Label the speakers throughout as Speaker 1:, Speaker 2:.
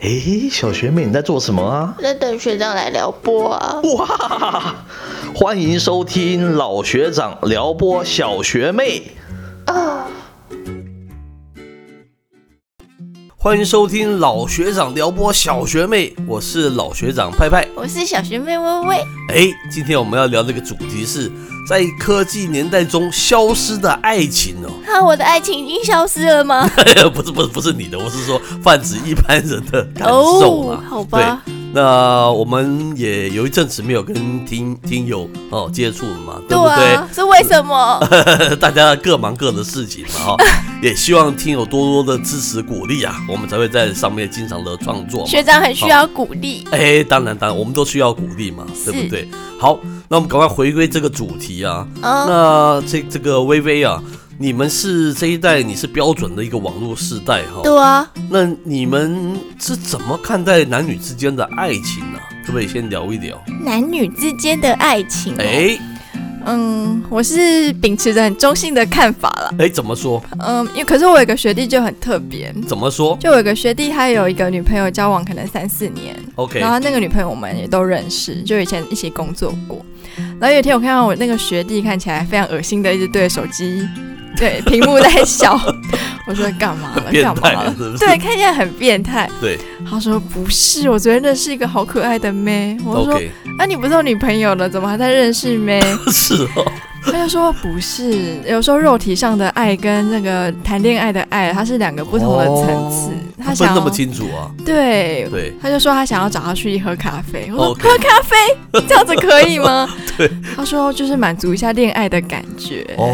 Speaker 1: 诶，小学妹你在做什么啊？
Speaker 2: 在等学长来撩拨啊！
Speaker 1: 哇，欢迎收听老学长撩拨小学妹。
Speaker 2: 啊，
Speaker 1: 欢迎收听老学长撩拨小学妹，我是老学长派派。
Speaker 2: 我是小学妹微微。
Speaker 1: 哎，今天我们要聊这个主题是在科技年代中消失的爱情哦。
Speaker 2: 啊，我的爱情已经消失了吗？
Speaker 1: 不是不是不是你的，我是说泛指一般人的感受啊啦。
Speaker 2: 哦好吧
Speaker 1: 对，那我们也有一阵子没有跟听听友哦接触了嘛，对不对？
Speaker 2: 啊，是为 什么？
Speaker 1: 大家各忙各的事情 嘛哈、也希望听友多多的支持鼓励啊，我们才会在上面经常的创作嘛。
Speaker 2: 学长很需要鼓励。
Speaker 1: 哎，当然当然，我们都需要鼓励嘛，对不对？好，那我们赶快回归这个主题啊。
Speaker 2: 嗯，
Speaker 1: 那这这个微微啊，你们是这一代，你是标准的一个网络世代哈、
Speaker 2: 对啊，
Speaker 1: 那你们是怎么看待男女之间的爱情呢、可不可以先聊一
Speaker 2: 哦
Speaker 1: 聊？
Speaker 2: 男女之间的爱情、哦。
Speaker 1: 哎
Speaker 2: 嗯，我是秉持着很中性的看法啦。
Speaker 1: 哎，怎么说？
Speaker 2: 嗯，因为可是我有一个学弟就很特别，
Speaker 1: 怎么说
Speaker 2: 就有一个学弟，他有一个女朋友交往可能三四年，
Speaker 1: ？OK，
Speaker 2: 然后那个女朋友我们也都认
Speaker 1: 嗯
Speaker 2: 识，就以前一起工作过。然后有一天我看到我那个学弟看起来非常恶心的，一直对手机对屏幕在 笑，我说干嘛了？
Speaker 1: 变
Speaker 2: 干
Speaker 1: 态
Speaker 2: 嘛了？
Speaker 1: 是不是
Speaker 2: 对，看起来很变态。
Speaker 1: 对
Speaker 2: 他说不是，我昨天认识一个好可爱的妹。我说
Speaker 1: ，OK，
Speaker 2: 啊，你不是有女朋友了，怎么还在认识妹？
Speaker 1: 是哦，
Speaker 2: 他就说不是，有时候肉体上的爱跟那个谈恋爱的爱，它是两个不同的层次。
Speaker 1: 哦
Speaker 2: 他
Speaker 1: 分
Speaker 2: 想
Speaker 1: 那么
Speaker 2: 要
Speaker 1: 清楚啊？
Speaker 2: 对，
Speaker 1: 对，
Speaker 2: 他就说他想要找他去喝咖啡。我说
Speaker 1: OK
Speaker 2: 喝咖啡这样子可以吗？
Speaker 1: 对，
Speaker 2: 他说就是满足一下恋爱的感觉。我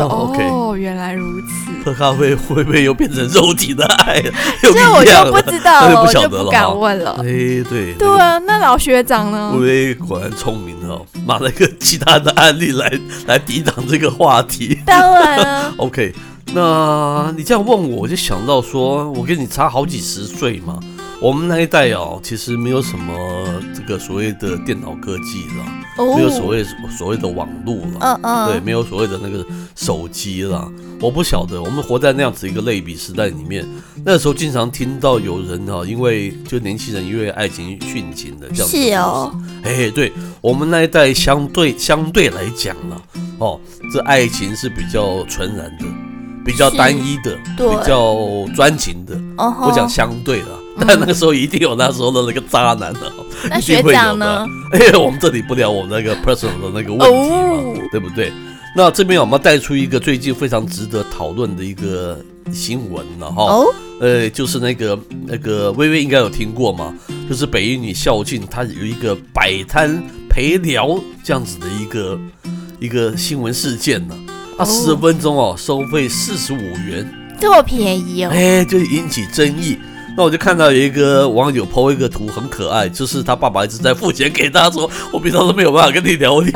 Speaker 2: 说
Speaker 1: 哦，OK，
Speaker 2: 哦，原来如此。
Speaker 1: 喝咖啡会不会又变成肉体的爱 了？又
Speaker 2: 这我
Speaker 1: 不一样
Speaker 2: 就不
Speaker 1: 了。
Speaker 2: 知道
Speaker 1: 那就
Speaker 2: 了，
Speaker 1: 不
Speaker 2: 我
Speaker 1: 晓
Speaker 2: 就
Speaker 1: 得了
Speaker 2: 不
Speaker 1: 哈
Speaker 2: 敢问了。
Speaker 1: 哎，对，
Speaker 2: 对啊，那老学长呢
Speaker 1: 微？微果然聪明哦，拿了一个其他的案例来来抵挡这个话题。
Speaker 2: 当然啊，
Speaker 1: OK，那你这样问我，我就想到说，我跟你差好几十岁嘛。我们那一代哦，其实没有什么这个所谓的电脑科技啦，
Speaker 2: 哦
Speaker 1: 没有所，谓所谓的网络啦，
Speaker 2: 嗯嗯，
Speaker 1: 对，没有所谓的那个手机啦。我不晓得，我们活在那样子一个类比时代里面，那时候经常听到有人哈、因为就年轻人因为爱情殉情的这样子的故事
Speaker 2: 是哦，
Speaker 1: 哎，对我们那一代相对相对来讲呢、哦，这爱情是比较纯然的，比较
Speaker 2: 是
Speaker 1: 单一的，
Speaker 2: 对
Speaker 1: 比较专情的。
Speaker 2: 哦吼
Speaker 1: 我讲相对了，但那个时候一定有那时候的那个渣男的、
Speaker 2: 那
Speaker 1: 一定
Speaker 2: 学
Speaker 1: 会有
Speaker 2: 长
Speaker 1: 的
Speaker 2: 呢？
Speaker 1: 哎， 我们这里不聊我们那个 personal 的那个问题嘛，
Speaker 2: 哦
Speaker 1: 对不对？那这边我们要带出一个最近非常值得讨论的一个新闻了哈、
Speaker 2: 哦，
Speaker 1: 呃，就是那个那个微微应该有听过嘛，就是北一女校庆，她有一个摆摊陪聊这样子的一个一个新闻事件呢、啊。
Speaker 2: 哦
Speaker 1: 十分钟哦，收费四十五元，
Speaker 2: 这么便宜哦，
Speaker 1: 哎，就引起争议。那我就看到有一个网友 PO 一个图，很可爱，就是他爸爸一直在付钱给他说，我平常都没有办法跟你聊天，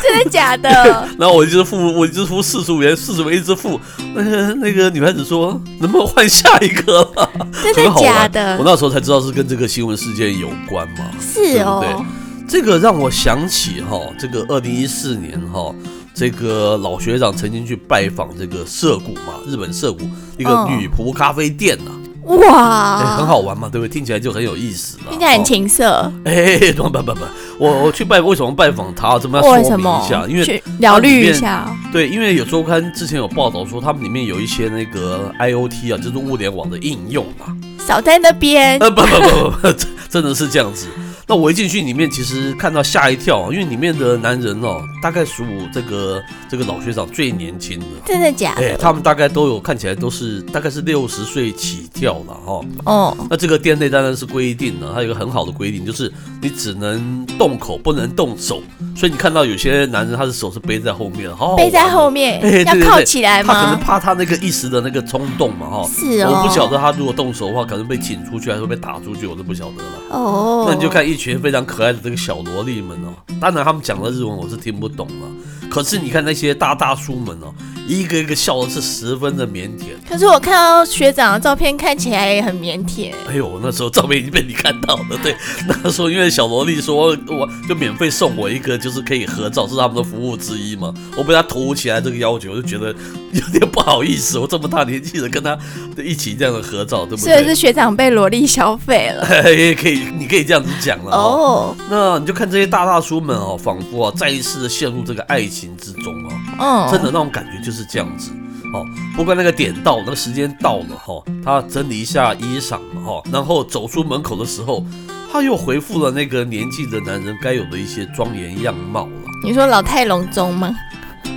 Speaker 2: 真的 假的？
Speaker 1: 然后我一直付，我一直付四十五元，四十五元一直付。那个那个女孩子说，能不能换下一个了？
Speaker 2: 真
Speaker 1: 很
Speaker 2: 的
Speaker 1: 好
Speaker 2: 假
Speaker 1: 玩。我
Speaker 2: 的？
Speaker 1: 那时候才知道是跟这个新闻事件有关嘛。
Speaker 2: 是哦
Speaker 1: 对，不对这个让我想起哈、这个二零一四年哈、这个老学长曾经去拜访这个涩谷嘛，日本涩谷一个
Speaker 2: 嗯
Speaker 1: 女仆咖啡店啊呐、
Speaker 2: 哇
Speaker 1: 哎，很好玩嘛，对不对？听起来就很有意思嘛。
Speaker 2: 啊听起来很
Speaker 1: 哦
Speaker 2: 情色，
Speaker 1: 哎，不不不不，我我去拜为什么拜访他？怎么要
Speaker 2: 为
Speaker 1: 说
Speaker 2: 什
Speaker 1: 明
Speaker 2: 么
Speaker 1: 一下？因为
Speaker 2: 去疗愈一下哦，
Speaker 1: 对，因为有周刊之前有报道说，他们里面有一些那个 IOT 啊，就是物联网的应用嘛。
Speaker 2: 少在那边
Speaker 1: 呃，不不不不不，真真的是这样子。那我一进去里面，其实看到吓一跳，啊因为里面的男人哦，大概属我这个这个老学长最年轻的，
Speaker 2: 真的假
Speaker 1: 哎、
Speaker 2: 的？
Speaker 1: 他们大概都有看起来都是大概是六十岁起跳了哈、哦。
Speaker 2: 哦，
Speaker 1: 那这个店内当然是规定了，它有一个很好的规定，就是你只能动口，不能动手。所以你看到有些男人他的手是背在后面，好好玩
Speaker 2: 背在
Speaker 1: 哦
Speaker 2: 后面
Speaker 1: 哎对
Speaker 2: 要
Speaker 1: 对
Speaker 2: 靠
Speaker 1: 对
Speaker 2: 起来
Speaker 1: 他可能
Speaker 2: 吗？
Speaker 1: 怕他那个一时的那个冲动嘛哈、哦。
Speaker 2: 是哦，
Speaker 1: 我不晓得他如果动手的话，可能被请出去，还是被打出去，我都不晓得了。
Speaker 2: 哦，
Speaker 1: 那你就看一群非常可爱的这个小萝莉们哦，当然他们讲的日文我是听不懂了，可是你看那些大大叔们哦，一一个一个笑的是十分的腼腆。
Speaker 2: 可是我看到学长的照片，看起来也很腼腆。
Speaker 1: 哎呦，那时候照片已经被你看到了， 对，那时候因为小萝莉说，我就免费送我一个，就是可以合照，是他们的服务之一嘛。我被她突如其来这个要求，我就觉得有点不好意思，我这么大年纪了，跟她一起这样的合照，对不
Speaker 2: 所以 是
Speaker 1: 对？
Speaker 2: 学长被萝莉消费了。
Speaker 1: 也可以，你可以这样子讲了 哦。
Speaker 2: 哦，
Speaker 1: 那你就看这些大大叔们哦，仿佛啊再一次的陷入这个爱情之中哦。
Speaker 2: 嗯，
Speaker 1: 真的那种感觉就是这样子。哦，不过那个点到，那个时间到了哈、他整理一下衣裳嘛哈、然后走出门口的时候，他又恢复了那个年纪的男人该有的一些庄严样貌了。
Speaker 2: 你说老态龙钟吗？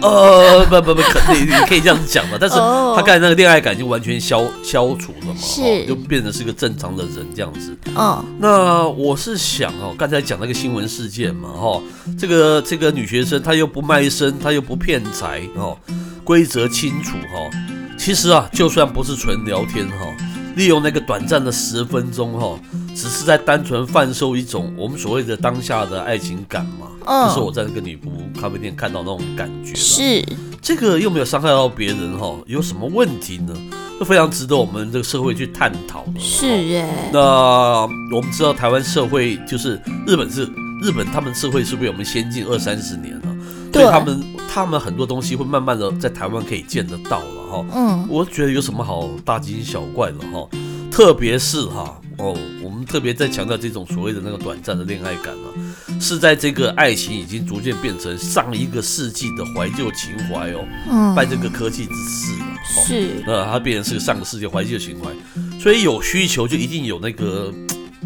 Speaker 1: 呃，不不不，可你你可以这样讲嘛，但是
Speaker 2: 哦
Speaker 1: 他刚才那个恋爱感就完全消消除了嘛，
Speaker 2: 是
Speaker 1: 哦就变成是个正常的人这样子。
Speaker 2: 嗯，
Speaker 1: 那我是想哦，刚才讲那个新闻事件嘛，哈、这个这个女学生她又不卖身，她又不骗财，哦，规则清楚哈、其实啊，就算不是纯聊天哈、利用那个短暂的十分钟哈、只是在单纯贩售一种我们所谓的当下的爱情感嘛。
Speaker 2: 嗯
Speaker 1: 这是我在那个女仆咖啡店看到那种感觉啦。
Speaker 2: 是
Speaker 1: 这个又没有伤害到别人哈、有什么问题呢？这非常值得我们这个社会去探讨的。
Speaker 2: 是
Speaker 1: 哦
Speaker 2: 哎，
Speaker 1: 那我们知道台湾社会就是日本是日本，他们社会是比我们先进二三十年了，所
Speaker 2: 对
Speaker 1: 以他们他们很多东西会慢慢的在台湾可以见得到了哈。
Speaker 2: 嗯，
Speaker 1: 我觉得有什么好大惊小怪的哈？特别是哈哦，我们特别在强调这种所谓的那个短暂的恋爱感啊，是在这个爱情已经逐渐变成上一个世纪的怀旧情怀哦，
Speaker 2: 嗯
Speaker 1: 拜这个科技之赐了。哦
Speaker 2: 是
Speaker 1: 那它必然是个上个世界怀旧的情怀，所以有需求就一定有那个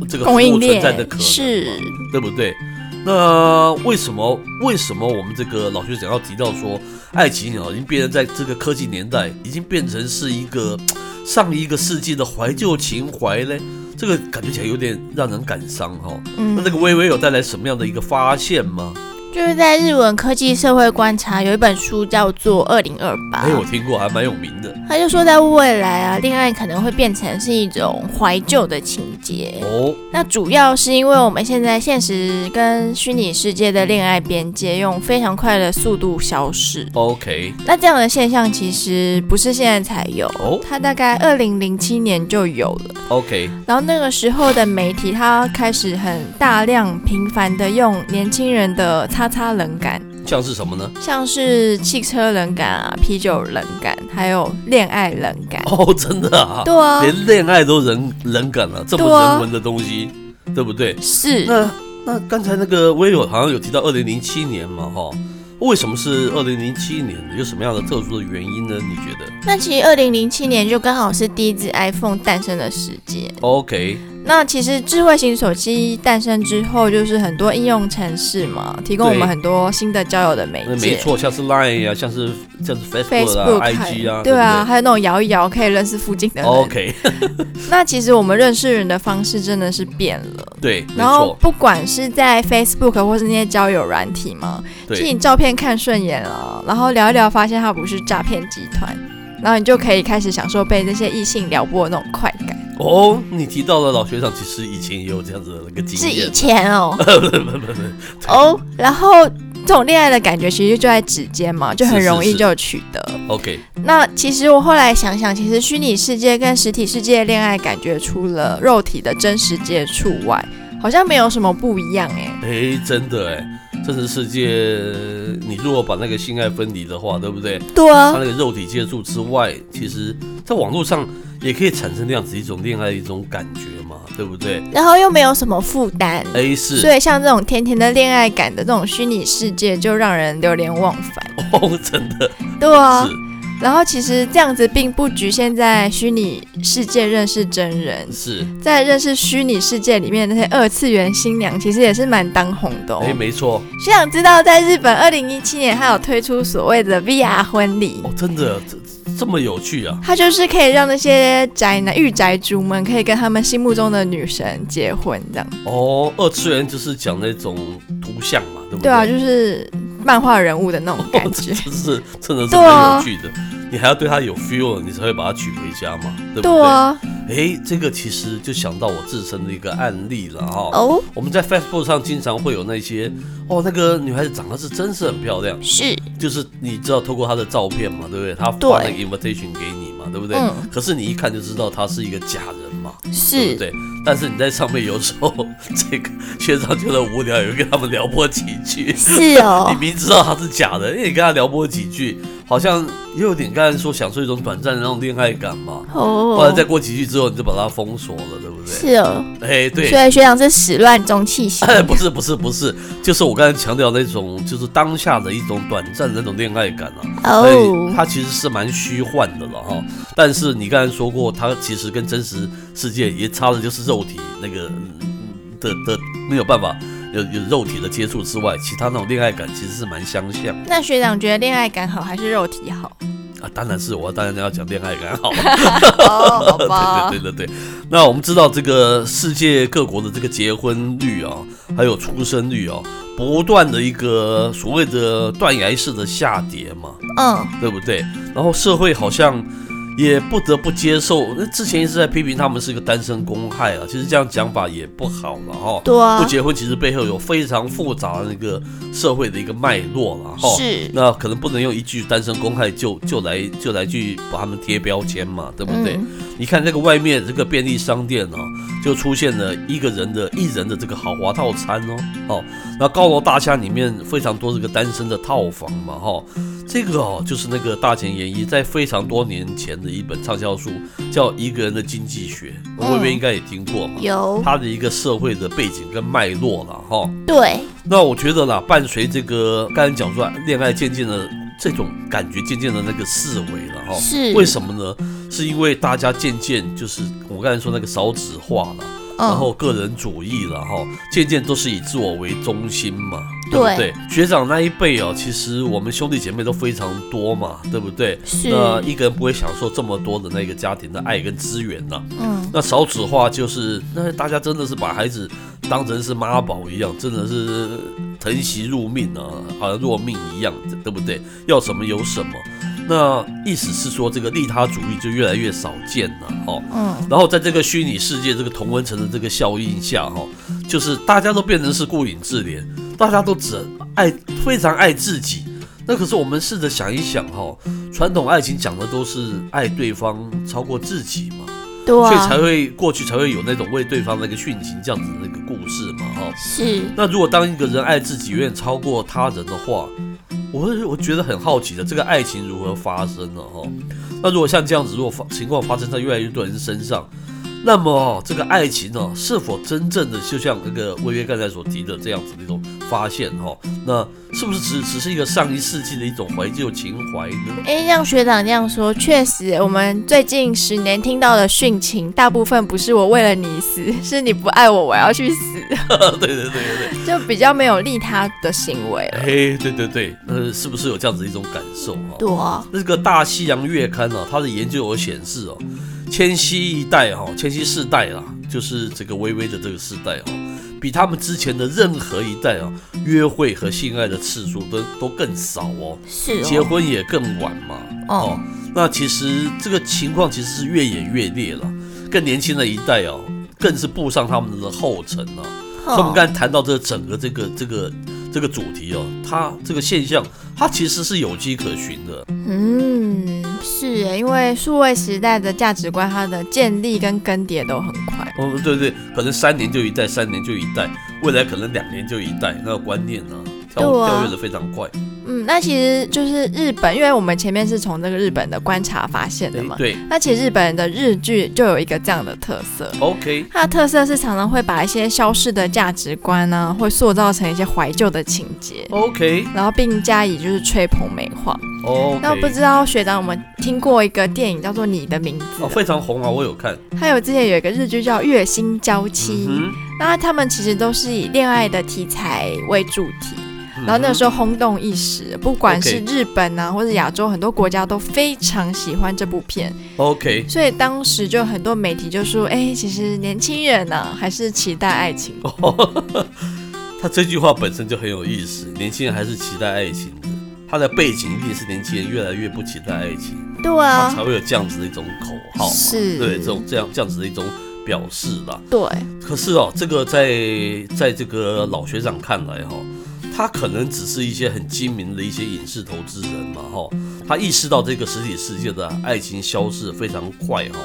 Speaker 1: 呃这个服
Speaker 2: 供应
Speaker 1: 务存
Speaker 2: 链
Speaker 1: 在的可能，
Speaker 2: 是，
Speaker 1: 对不对？那为什么为什么我们这个老学长要提到说，爱情啊已经变成在这个科技年代，已经变成是一个上一个世纪的怀旧情怀嘞？这个感觉起来有点让人感伤哈、哦。那
Speaker 2: 嗯
Speaker 1: 这，个微微有带来什么样的一个发现吗？
Speaker 2: 就是在日文科技社会观察有一本书叫做《二零二八
Speaker 1: 哎，》，我听过，还蛮有名的
Speaker 2: 他就说在未来啊，恋爱可能会变成是一种怀旧的情节。
Speaker 1: 哦。
Speaker 2: 那主要是因为我们现在现实跟虚拟世界的恋爱边界用非常快的速度消失。
Speaker 1: OK，
Speaker 2: 那这样的现象其实不是现在才有
Speaker 1: 哦，
Speaker 2: 它大概二零零七年就有了。
Speaker 1: OK，
Speaker 2: 然后那个时候的媒体，它开始很大量、频繁的用年轻人的擦擦冷感，
Speaker 1: 像是什么呢？
Speaker 2: 像是汽车冷感啊、啤酒冷感，还有恋爱冷感。
Speaker 1: 哦，真的啊，
Speaker 2: 对啊，
Speaker 1: 连恋爱都人人感了、这么
Speaker 2: 对啊
Speaker 1: 人文的东西，对不对？
Speaker 2: 是
Speaker 1: 那那刚才那个微友好像有提到二零零七年嘛，哈，为什么是二零零七年呢？有什么样的特殊的原因呢？你觉得
Speaker 2: 那其实二零零七年就刚好是第一只 iPhone 诞生的时间。
Speaker 1: ？OK，
Speaker 2: 那其实智慧型手机诞生之后，就是很多应用程式嘛，提供我们
Speaker 1: 对
Speaker 2: 很多新的交友的媒
Speaker 1: 那没
Speaker 2: 介。
Speaker 1: 错，像是 Line 呀、像是像是 Facebook 啊、
Speaker 2: Facebook 还
Speaker 1: IG 啊，
Speaker 2: 对啊，
Speaker 1: 不
Speaker 2: 还有那种摇一摇可以认识附近
Speaker 1: 对
Speaker 2: 的人。
Speaker 1: ，OK，
Speaker 2: 那其实我们认识人的方式真的是变了。
Speaker 1: 对，没
Speaker 2: 然后
Speaker 1: 错，
Speaker 2: 不管是在 Facebook 或是那些交友软体嘛，是
Speaker 1: 对，
Speaker 2: 你照片看顺眼了，然后聊一聊，发现它不是诈骗集团，然后你就可以开始享受被这些异性撩拨的那种快感。
Speaker 1: 哦，你提到了老学长，其实以前也有这样子的那个经
Speaker 2: 是以
Speaker 1: 验，
Speaker 2: 前哦
Speaker 1: 不不不不
Speaker 2: 哦，然后这种恋爱的感觉其实就在指尖嘛，就很容易就取得。
Speaker 1: ，OK，
Speaker 2: 那其实我后来想想，其实虚拟世界跟实体世界的恋爱感觉，除了肉体的真实接触外，好像没有什么不一样哎、
Speaker 1: 哎，真的哎，真实世界，你如果把那个性爱分离的话，对不对？
Speaker 2: 对
Speaker 1: 它
Speaker 2: 啊，
Speaker 1: 那个肉体接触之外，其实在网络上也可以产生那样子一种恋爱的一种感觉嘛，对不对
Speaker 2: 然后又没有什么负担。
Speaker 1: ？A 是
Speaker 2: 所以，像这种甜甜的恋爱感的这种虚拟世界，就让人流连忘返。
Speaker 1: 哦，真的
Speaker 2: 对啊，
Speaker 1: 是
Speaker 2: 然后其实这样子并不局限在虚拟世界认识真人，
Speaker 1: 是，
Speaker 2: 在认识虚拟世界里面那些二次元新娘，其实也是蛮当红的哦
Speaker 1: 哎、。没错，
Speaker 2: 学长知道，在日本二零一七年还有推出所谓的 VR 婚礼。
Speaker 1: 哦，真的这这么有趣啊！
Speaker 2: 它就是可以让那些宅男、御宅族们可以跟他们心目中的女神结婚，这样
Speaker 1: 哦，二次元就是讲那种图像
Speaker 2: 啊
Speaker 1: 嘛，对不对？
Speaker 2: 对啊，就是漫画人物的那种感
Speaker 1: 哦这
Speaker 2: 觉。
Speaker 1: 这是真的是
Speaker 2: 对
Speaker 1: 蛮
Speaker 2: 啊
Speaker 1: 有趣的。你还要对他有 feel，你才会把他娶回家嘛， 对不
Speaker 2: 对啊，
Speaker 1: 诶，哎这个其实就想到我自身的一个案例了哈、
Speaker 2: 哦，
Speaker 1: 我们在 Facebook 上经常会有那些哦，那个女孩子长得是真是很漂亮，
Speaker 2: 是，
Speaker 1: 就是你知道透过她的照片嘛，对不对？她
Speaker 2: 对
Speaker 1: 发那个 invitation 给你嘛，对不对？
Speaker 2: 嗯
Speaker 1: 可是你一看就知道她是一个假人嘛，对
Speaker 2: 是
Speaker 1: 不，对？但是你在上面有时候这个学长觉得无聊，也会跟他们撩拨几句。
Speaker 2: 是哦
Speaker 1: 你，明知道她是假的，因为你跟她撩拨几句，好像也有点刚才说享受一种短暂的那种恋爱感嘛。后来
Speaker 2: 哦
Speaker 1: 再，过几句之后，你就把她封锁了，对不对？
Speaker 2: 是哦，
Speaker 1: 哎，对，哎
Speaker 2: 所以学长是始乱终弃型，
Speaker 1: 不是不是不是，就是我刚才强调那种，就是当下的一种短暂的那种恋爱感啊。所以
Speaker 2: 哦，
Speaker 1: 它其实是蛮虚幻的了哈。但是你刚才说过，它其实跟真实世界也差的就是肉体那个嗯嗯的的没有办法有有肉体的接触之外，其他那种恋爱感其实是蛮相像
Speaker 2: 那学长觉得恋爱感好还是肉体 好？
Speaker 1: 啊。当然是我当然要讲恋爱感好。
Speaker 2: 哦，好 吧
Speaker 1: 对，对对对对。那我们知道这个世界各国的这个结婚率啊，还有出生率啊，不断的一个所谓的断崖式的下跌嘛，
Speaker 2: 嗯，
Speaker 1: 对不对？然后社会好像。也不得不接受，那之前一直在批评他们是个单身公害啊，其实这样讲法也不好了哈。
Speaker 2: 对啊
Speaker 1: 不，结婚其实背后有非常复杂的那个社会的一个脉络了哈。
Speaker 2: 是，
Speaker 1: 那可能不能用一句单身公害就就来就来去把他们贴标签嘛，对不哦对？
Speaker 2: 嗯，
Speaker 1: 你看这个外面这个便利商店哦，就出现了一个人的一人的这个豪华套餐哦，哦，那高楼大厦里面非常多这个单身的套房嘛，哈、这个哦就是那个大前研一在非常多年前的一本畅销书叫《一个人的经济学》，我们
Speaker 2: 嗯
Speaker 1: 未必应该也听过嘛，
Speaker 2: 有，
Speaker 1: 它的一个社会的背景跟脉络了哈、
Speaker 2: 对，
Speaker 1: 那我觉得啦，伴随这个刚才讲说恋爱渐渐的这种感觉，渐渐的那个式微了哦哈、
Speaker 2: 是，
Speaker 1: 为什么呢？是因为大家渐渐就是我刚才说那个少子化了，然
Speaker 2: 嗯，
Speaker 1: 后个人主义了哈，渐渐都是以自我为中心嘛，对
Speaker 2: 对
Speaker 1: 不对？学长那一辈哦，其实我们兄弟姐妹都非常多嘛，对不对？
Speaker 2: 是，
Speaker 1: 那一个人不会享受这么多的那个家庭的爱跟资源啊呐、
Speaker 2: 嗯，
Speaker 1: 那少子化就是那大家真的是把孩子当成是妈宝一样，真的是疼惜入命啊，好像若命一样，对不对？要什么有什么。那意思是说，这个利他主义就越来越少见了，哦。
Speaker 2: 嗯，
Speaker 1: 然后在这个虚拟世界、这个同温层的这个效应下，哈，就是大家都变成是顾影自怜，大家都只爱非常爱自己。那可是我们试着想一想，哈，传统爱情讲的都是爱对方超过自己嘛，
Speaker 2: 对
Speaker 1: 所以才
Speaker 2: 啊，
Speaker 1: 会过去才会有那种为对方那个殉情这样子的那个故事嘛，哈、
Speaker 2: 是，
Speaker 1: 那如果当一个人爱自己远远超过他人的话，我会我觉得很好奇的，这个爱情如何发生呢？哈，那如果像这样子，如果发情况发生在越来越多人身上，那么、哦、这个爱情呢、是否真正的就像那个薇薇刚才所提的这样子的一种发现哈、那是不是只只是一个上一世纪的一种怀旧情怀呢？
Speaker 2: 哎，像学长这样说，确实，我们最近十年听到的殉情，大部分不是我为了你死，是你不爱我，我要去死，
Speaker 1: 对对对对对。
Speaker 2: 就比较没有利他的行为了。
Speaker 1: 哎，对对对，呃，是不是有这样子一种感受哈、
Speaker 2: 对啊，
Speaker 1: 那个《大西洋月刊》啊，它的研究有显示哦，千禧一代哈、千禧世代啦、就是这个微微的这个世代哈、比他们之前的任何一代啊，约会和性爱的次数都都更少哦，
Speaker 2: 是
Speaker 1: 结，婚也更晚嘛。
Speaker 2: 啊嗯
Speaker 1: 哦，那其实这个情况其实是越演越烈了，更年轻的一代哦，更是步上他们的后尘了、所以我们刚才谈到这整个这个这个这个主题哦，它这个现象，它其实是有迹可循的。
Speaker 2: 嗯，是耶，因
Speaker 1: 嗯
Speaker 2: 为数位时代的价值观，它的建立跟更迭都很快。
Speaker 1: 哦，对对，可能三年就一代，三年就一代，未来可能两年就一代，那个观念呢、跳
Speaker 2: 对啊
Speaker 1: 跳跃的非常快。
Speaker 2: 嗯，那其实就是日本，因为我们前面是从这个日本的观察发现的
Speaker 1: 诶
Speaker 2: 嘛。
Speaker 1: 对
Speaker 2: 那其实日本人的日剧就有一个这样的特色，
Speaker 1: ，OK，
Speaker 2: 它的特色是常常会把一些消逝的价值观呢、会塑造成一些怀旧的情节。
Speaker 1: OK，
Speaker 2: 然后并加以就是吹捧美化。
Speaker 1: OK，
Speaker 2: 那不知道学长，我们听过一个电影叫做《你的名字
Speaker 1: 哦，》，非常红啊，我有看。
Speaker 2: 还有之前有一个日剧叫《月薪娇妻》，
Speaker 1: 嗯
Speaker 2: 那他们其实都是以恋爱的题材为主题，
Speaker 1: 嗯哼，
Speaker 2: 然后那个时
Speaker 1: 候，
Speaker 2: 候轰动一时，不管
Speaker 1: OK
Speaker 2: 是日本啊，或者亚洲很多国家都非常喜欢这部片，
Speaker 1: OK，
Speaker 2: 所以当时就很多媒体就说，哎，其实年轻人呢、还是期待爱情。
Speaker 1: 哦他这句话本身就很有意思，年轻人还是期待爱情的，他的背景一定是年轻人越来越不期待爱情。
Speaker 2: 对
Speaker 1: 他
Speaker 2: 啊
Speaker 1: 才，会有这样子的一种口号嘛，
Speaker 2: 是
Speaker 1: 对这种这样这样子的一种表示啦。
Speaker 2: 对，
Speaker 1: 可是哦，这个在在这个老学长看来哈、他可能只是一些很精明的一些影视投资人嘛哈、他意识到这个实体世界的爱情消逝非常快哈、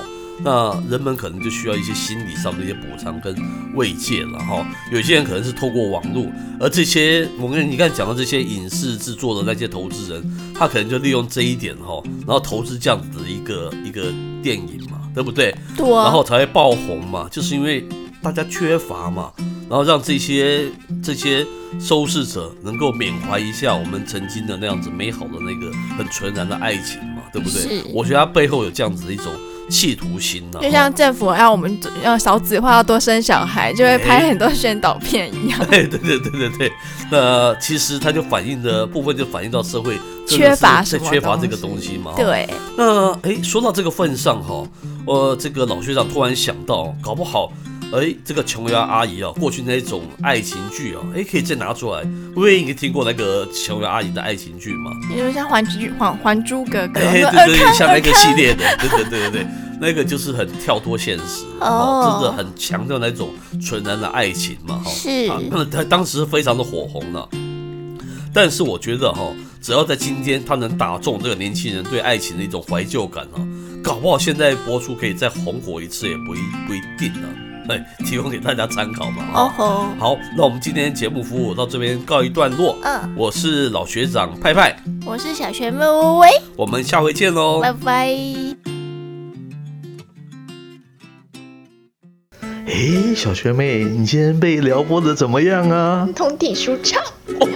Speaker 1: 那人们可能就需要一些心理上的一些补偿跟慰藉了哈、有些人可能是透过网络，而这些我跟你刚才讲到这些影视制作的那些投资人，他可能就利用这一点哈、然后投资这样子的一个一个电影嘛，对不对？
Speaker 2: 对啊，
Speaker 1: 然后才会爆红
Speaker 3: 嗯
Speaker 1: 嘛，就是因为大家缺乏嘛，然后让这些这些收视者能够缅怀一下我们曾经的那样子美好的那个很纯然的爱情嘛，对不对
Speaker 2: 是？
Speaker 1: 我觉得它背后有这样子的一种企图心呐、
Speaker 3: 就像政府要我们
Speaker 2: 呃
Speaker 3: 要少子化，要多生小孩，就会拍很多宣导片一样。
Speaker 1: 对对对对对对，那其实它就反映的部分就反映到社会真的
Speaker 3: 缺乏
Speaker 1: 是
Speaker 3: 什么
Speaker 1: 缺乏这个
Speaker 3: 东
Speaker 1: 东
Speaker 3: 西
Speaker 1: 西嘛，
Speaker 2: 对，
Speaker 1: 那哎，说到这个份上哈，呃，这个老学长突然想到，搞不好，哎，这个琼瑶阿姨啊，过去那种爱情剧啊，哎，可以再拿出来。魏应该听过那个琼瑶阿姨的爱情剧嘛？
Speaker 3: 比如像《还珠还还珠格格》
Speaker 1: 哎，对
Speaker 3: 说
Speaker 1: 对对，像那个系列的，对对对对对，那个就是很跳脱现实，
Speaker 2: 哦
Speaker 1: 哦，真的很强调那种纯然的爱情嘛，哈。
Speaker 2: 是，
Speaker 1: 啊，那他当时非常的火红了。但是我觉得哈、只要在今天他能打中这个年轻人对爱情的一种怀旧感啊，搞不好现在播出可以再红火一次也不一不一定呢、啊。哎，提供给大家参考嘛。
Speaker 2: 哦
Speaker 1: 啊
Speaker 2: 吼，
Speaker 1: 好，那我们今天节目服务到这边告一段落。
Speaker 2: 嗯，
Speaker 1: 我是老学长派派，
Speaker 2: 我是小学妹微微，
Speaker 1: 我们下回见喽。
Speaker 2: 拜拜。
Speaker 4: 诶，小学妹，你今天被撩拨的怎么样啊？
Speaker 5: 通体舒畅。哦